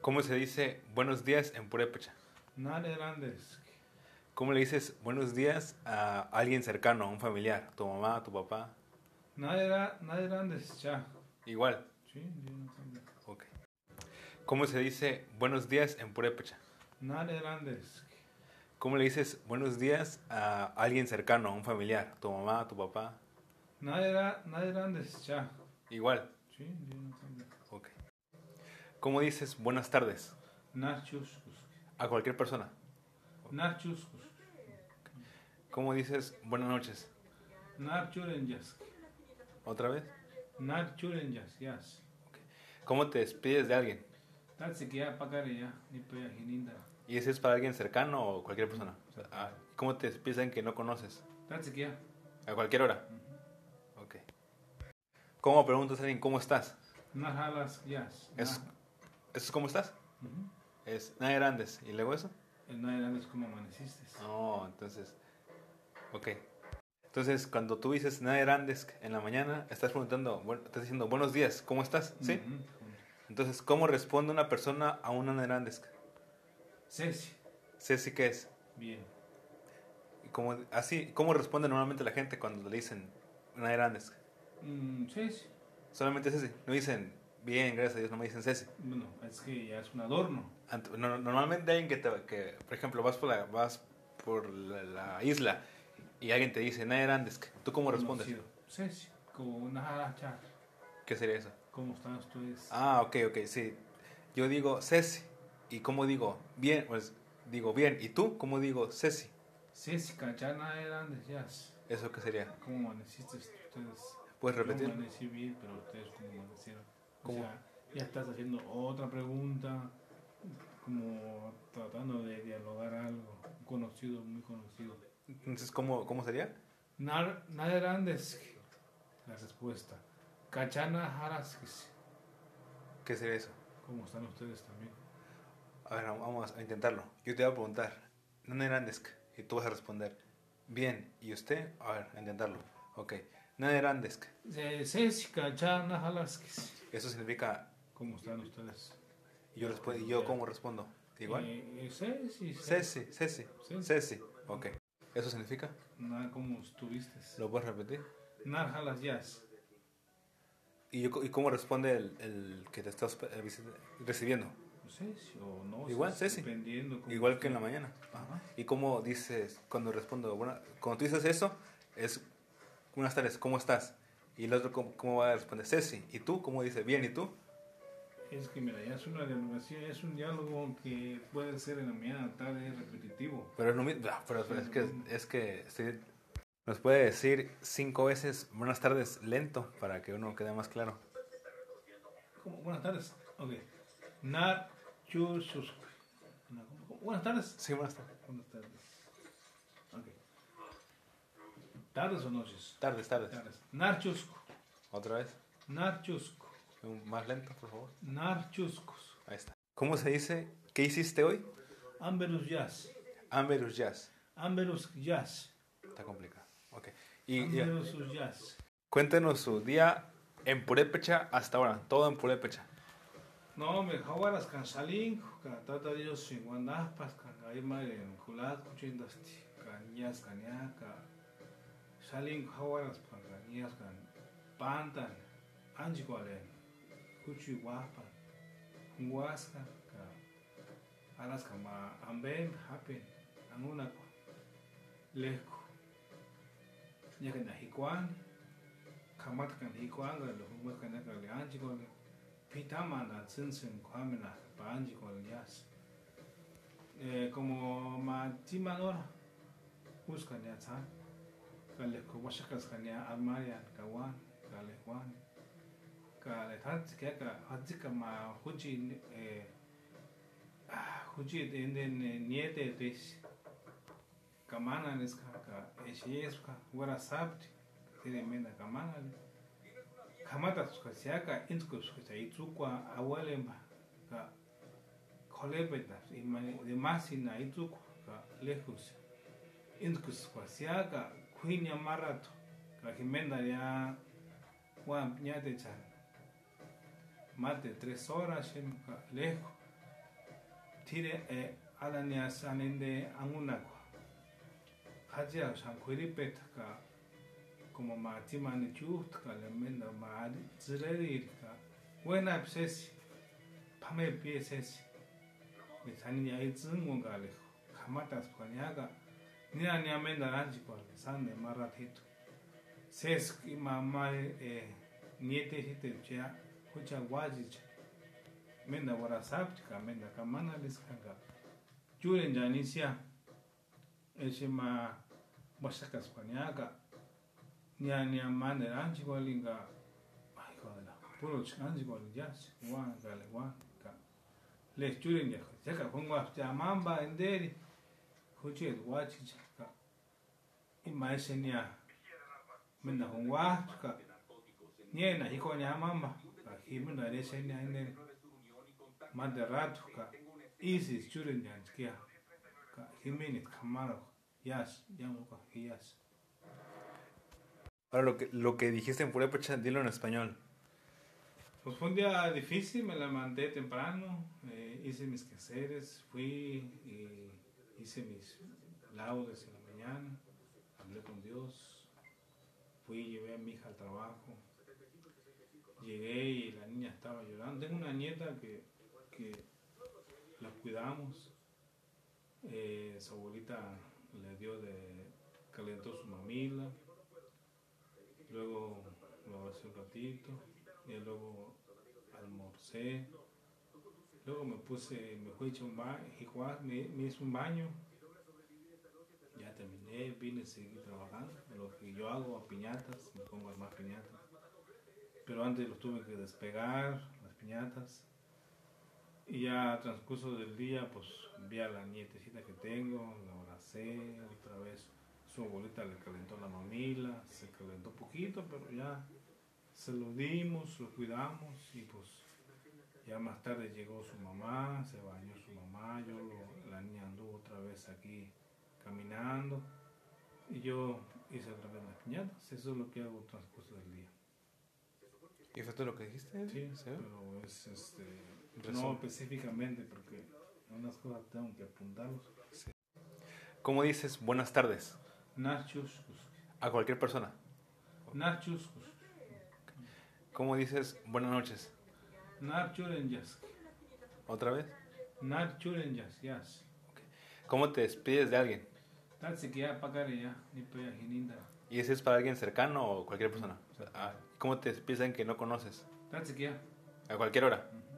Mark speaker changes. Speaker 1: ¿Cómo se dice buenos días en purépecha?
Speaker 2: Nare Hernández.
Speaker 1: ¿Cómo le dices buenos días a alguien cercano, a un familiar? ¿Tu mamá, tu papá?
Speaker 2: Nare Ra- Nare Hernández, ya.
Speaker 1: Igual.
Speaker 2: Sí, yo no sé.
Speaker 1: Ok. ¿Cómo se dice buenos días en purépecha?
Speaker 2: Nare Hernández.
Speaker 1: ¿Cómo le dices buenos días a alguien cercano, a un familiar? ¿Tu mamá, tu papá?
Speaker 2: Nare Ra- Nare Hernández, ya.
Speaker 1: Igual.
Speaker 2: Sí, yo no sé.
Speaker 1: Ok. ¿Cómo dices buenas tardes
Speaker 2: Nachuscus.
Speaker 1: a cualquier persona?
Speaker 2: Nachuscus.
Speaker 1: ¿Cómo dices buenas noches?
Speaker 2: Narchurenjask.
Speaker 1: ¿Otra vez?
Speaker 2: Narchurenjask, yes.
Speaker 1: ¿Cómo te despides de alguien?
Speaker 2: Tatsi que ya pagare ya, ni poya hininda.
Speaker 1: ¿Y ese es para alguien cercano o cualquier persona? O sea, ah, ¿Cómo te despides de alguien que no conoces?
Speaker 2: Tatsi que ya.
Speaker 1: ¿A cualquier hora? Ok. ¿Cómo preguntas a alguien cómo estás?
Speaker 2: Nahalas, yes.
Speaker 1: ¿Eso, ¿eso es cómo estás?
Speaker 2: Ujú.
Speaker 1: Es nada grandes. ¿Y luego eso?
Speaker 2: El Nare Hernández, ¿cómo amaneciste?
Speaker 1: No, entonces. Ok. Entonces, cuando tú dices nada grandes en la mañana, estás preguntando, bueno, estás diciendo buenos días, ¿cómo estás? ¿Sí?
Speaker 2: Ujú.
Speaker 1: Entonces, ¿cómo responde una persona a un nada grandes?
Speaker 2: Ceci.
Speaker 1: Sé sí que es.
Speaker 2: Bien.
Speaker 1: Y Como, así, ¿cómo responde normalmente la gente cuando le dicen nada grandes?
Speaker 2: Mm, Ceci.
Speaker 1: Solamente Ceci. No dicen, bien, gracias a Dios, no me dicen Ceci.
Speaker 2: Bueno, es que ya es un adorno.
Speaker 1: Ant- no- Normalmente alguien que, te- que, por ejemplo, vas por la, vas por la, la isla y alguien te dice, nada grandes, ¿tú cómo respondes?
Speaker 2: Conocido. Ceci. Como Nahalas, ya.
Speaker 1: ¿Qué sería eso?
Speaker 2: ¿Cómo están ustedes?
Speaker 1: Ah, ok, ok, sí. Yo digo Ceci. ¿Y cómo digo? Bien, pues digo bien. ¿Y tú cómo digo Ceci?
Speaker 2: Ceci, ya Nare Hernández, yes.
Speaker 1: ¿Eso qué sería?
Speaker 2: ¿Cómo amaneciste ustedes?
Speaker 1: ¿Puedes
Speaker 2: Yo
Speaker 1: repetir?
Speaker 2: amanecí bien, pero ustedes cómo amanecieron.
Speaker 1: ¿Cómo?
Speaker 2: O sea, ya estás haciendo otra pregunta, como tratando de dialogar algo. Un Conocido, muy conocido.
Speaker 1: Entonces, ¿cómo, cómo sería?
Speaker 2: Nar, nada grandes. La respuesta. Cachana Haraskis.
Speaker 1: ¿Qué sería eso?
Speaker 2: ¿Cómo están ustedes también?
Speaker 1: A ver, vamos a intentarlo. Yo te voy a preguntar, Nana Hernández, y tú vas a responder, bien, ¿y usted? A ver, a intentarlo. Ok, Nana Hernández,
Speaker 2: Eh, Ceci, Cachana Haraskis.
Speaker 1: eso significa,
Speaker 2: ¿Cómo están ustedes?
Speaker 1: y yo, respo- y yo cómo respondo, igual.
Speaker 2: Eh, eh, Ceci,
Speaker 1: Ceci, Ceci,
Speaker 2: Ceci.
Speaker 1: Ceci, ok. ¿Eso significa?
Speaker 2: Nada, ¿cómo estuviste?
Speaker 1: ¿Lo puedes repetir?
Speaker 2: Nar Halas Jazz.
Speaker 1: ¿Y, yo- y cómo responde el, el que te está hosp- eh, visi- recibiendo?
Speaker 2: Ceci o no.
Speaker 1: Igual,
Speaker 2: sí,
Speaker 1: Ceci.
Speaker 2: Dependiendo. cómo
Speaker 1: Igual que
Speaker 2: esté.
Speaker 1: en la mañana.
Speaker 2: Ajá.
Speaker 1: ¿Y cómo dices, cuando respondo, buena- cuando tú dices eso, es buenas tardes, ¿cómo estás? Y el otro, ¿cómo, cómo va a responder? Ceci, ¿y tú? ¿Cómo dice? Bien, ¿y tú?
Speaker 2: Es que mira, ya es una dialogación, es un diálogo que puede ser en la mañana, tarde, repetitivo.
Speaker 1: Pero es lo mismo. Ah, pero, pero es que, es que sí, nos puede decir cinco veces buenas tardes lento para que uno quede más claro.
Speaker 2: ¿Cómo? Buenas tardes. Ok. Nar Chusus. No, ¿cómo? ¿Cómo? Buenas tardes.
Speaker 1: Sí, buenas tardes.
Speaker 2: Buenas tardes. Ok. ¿Tardes o noches?
Speaker 1: Tardes, tardes.
Speaker 2: Tardes. Nar Chusco.
Speaker 1: Otra vez.
Speaker 2: Nar Chusco.
Speaker 1: Un- Más lento, por favor.
Speaker 2: Nar Chuscos.
Speaker 1: Ahí está. ¿Cómo se dice? ¿Qué hiciste hoy?
Speaker 2: Amberus Jazz.
Speaker 1: Amberus Jazz.
Speaker 2: Amberus Jazz.
Speaker 1: Está complicado. Ok. Y, y-
Speaker 2: Amberus Jazz.
Speaker 1: cuéntenos su día en Purépecha hasta ahora. Todo en Purépecha.
Speaker 2: No, me jaguaras can salín, can tata dios sin guandaspas, can gaima en culat, cuchindasti, can yas, can ya, can salín, jaguaras, pan, can yas, can pantan, anchigualen, cuchi guapan, guasca, can alas, can ma, amben, happen, anunaco, lesco, ya can ajicuan, kamat can jicuan, can los humas can ya can le anchigualen. Pitamana, Tsinsin, Kwamina, Banji, Golias. Eh, como Matimanora, Uskania Tan, Galeco, Washakaskania, Almarian, Kawan, Galewan, Galehatzkeka, Hatzikama, Huji, eh, ah, Huji, Inden, Niete, Dish, Kamana, Niskaka, Eshieska, Wera Sabti, Tirimena, Kamana, Niskaka. kamata su kasi aka intuko su kasi itukwa awale mba ka kolepeta ima de masi na itukwa ka lekus intuko su kasi aka kuinya marato ka kimenda ya wa nyate cha mate tres horas shem ka lejo tire e alania sanende angunakwa. Hajia sankwiri petka como mati manichutka le menda mari zirerirka. Buena psesi. Pame pie sesi. Mitani ya itzungu galejo. Kamatas paniaga. Nira ni amenda ranchi kwa sande maratito. Seski mamá eh, niete hite chea. Kucha wajicha. menda wara saptika menda kamana liskanga juren janisia eshima wasakas paniaga nyania mane ranchi golinga ay gola puro chanchi golingas wan gale wan ka les juren ya jaka kongwa jamamba enderi kuchi edwachi chaka imaisenia menda kongwa ka nyena hiko nyamamba himenda resenia enderi maderatu ka isis churin yanskia ka jimenez camaro yas llamo ka yas
Speaker 1: Ahora, lo que, lo que dijiste en purépecha, dilo en español.
Speaker 2: pues fue un día difícil me levanté temprano eh, hice mis quehaceres fui y hice mis laudes en la mañana hablé con Dios fui y llevé a mi hija al trabajo llegué y la niña estaba llorando tengo una nieta que que la cuidamos. Eh, su abuelita le dio de. calentó su mamila. Luego lo abracé un ratito. Y luego almorcé. Luego me puse, me fui a echar un baño, me, me hice un baño. Ya terminé, vine a seguir trabajando. Lo que yo hago a piñatas, me pongo a armar piñatas. Pero antes los tuve que despegar, las piñatas. Y ya transcurso del día, pues vi a la nietecita que tengo, la abracé, otra vez su abuelita le calentó la mamila, se calentó poquito, pero ya se lo dimos, lo cuidamos y pues ya más tarde llegó su mamá, se bañó su mamá, yo lo- la niña anduvo otra vez aquí caminando y yo hice otra vez las piñatas, eso es lo que hago transcurso del día.
Speaker 1: ¿Y fue todo lo que dijiste?
Speaker 2: Sí,
Speaker 1: ¿Sí?
Speaker 2: pero es este. No
Speaker 1: Resumen.
Speaker 2: específicamente, porque unas cosas tengo que apuntarlos.
Speaker 1: ¿Cómo dices buenas tardes
Speaker 2: Nachos, pues,
Speaker 1: a cualquier persona?
Speaker 2: nachos, pues,
Speaker 1: ¿Cómo dices buenas noches?
Speaker 2: nachos,
Speaker 1: ¿Otra vez?
Speaker 2: nachos, yas.
Speaker 1: ¿Cómo te despides de alguien?
Speaker 2: Tal se queda pagar ya, ni pega gininda.
Speaker 1: ¿Y ese es para alguien cercano o cualquier persona? Ah, ¿Cómo te despides de alguien que no conoces?
Speaker 2: Tal se queda.
Speaker 1: A cualquier hora.
Speaker 2: Ujú.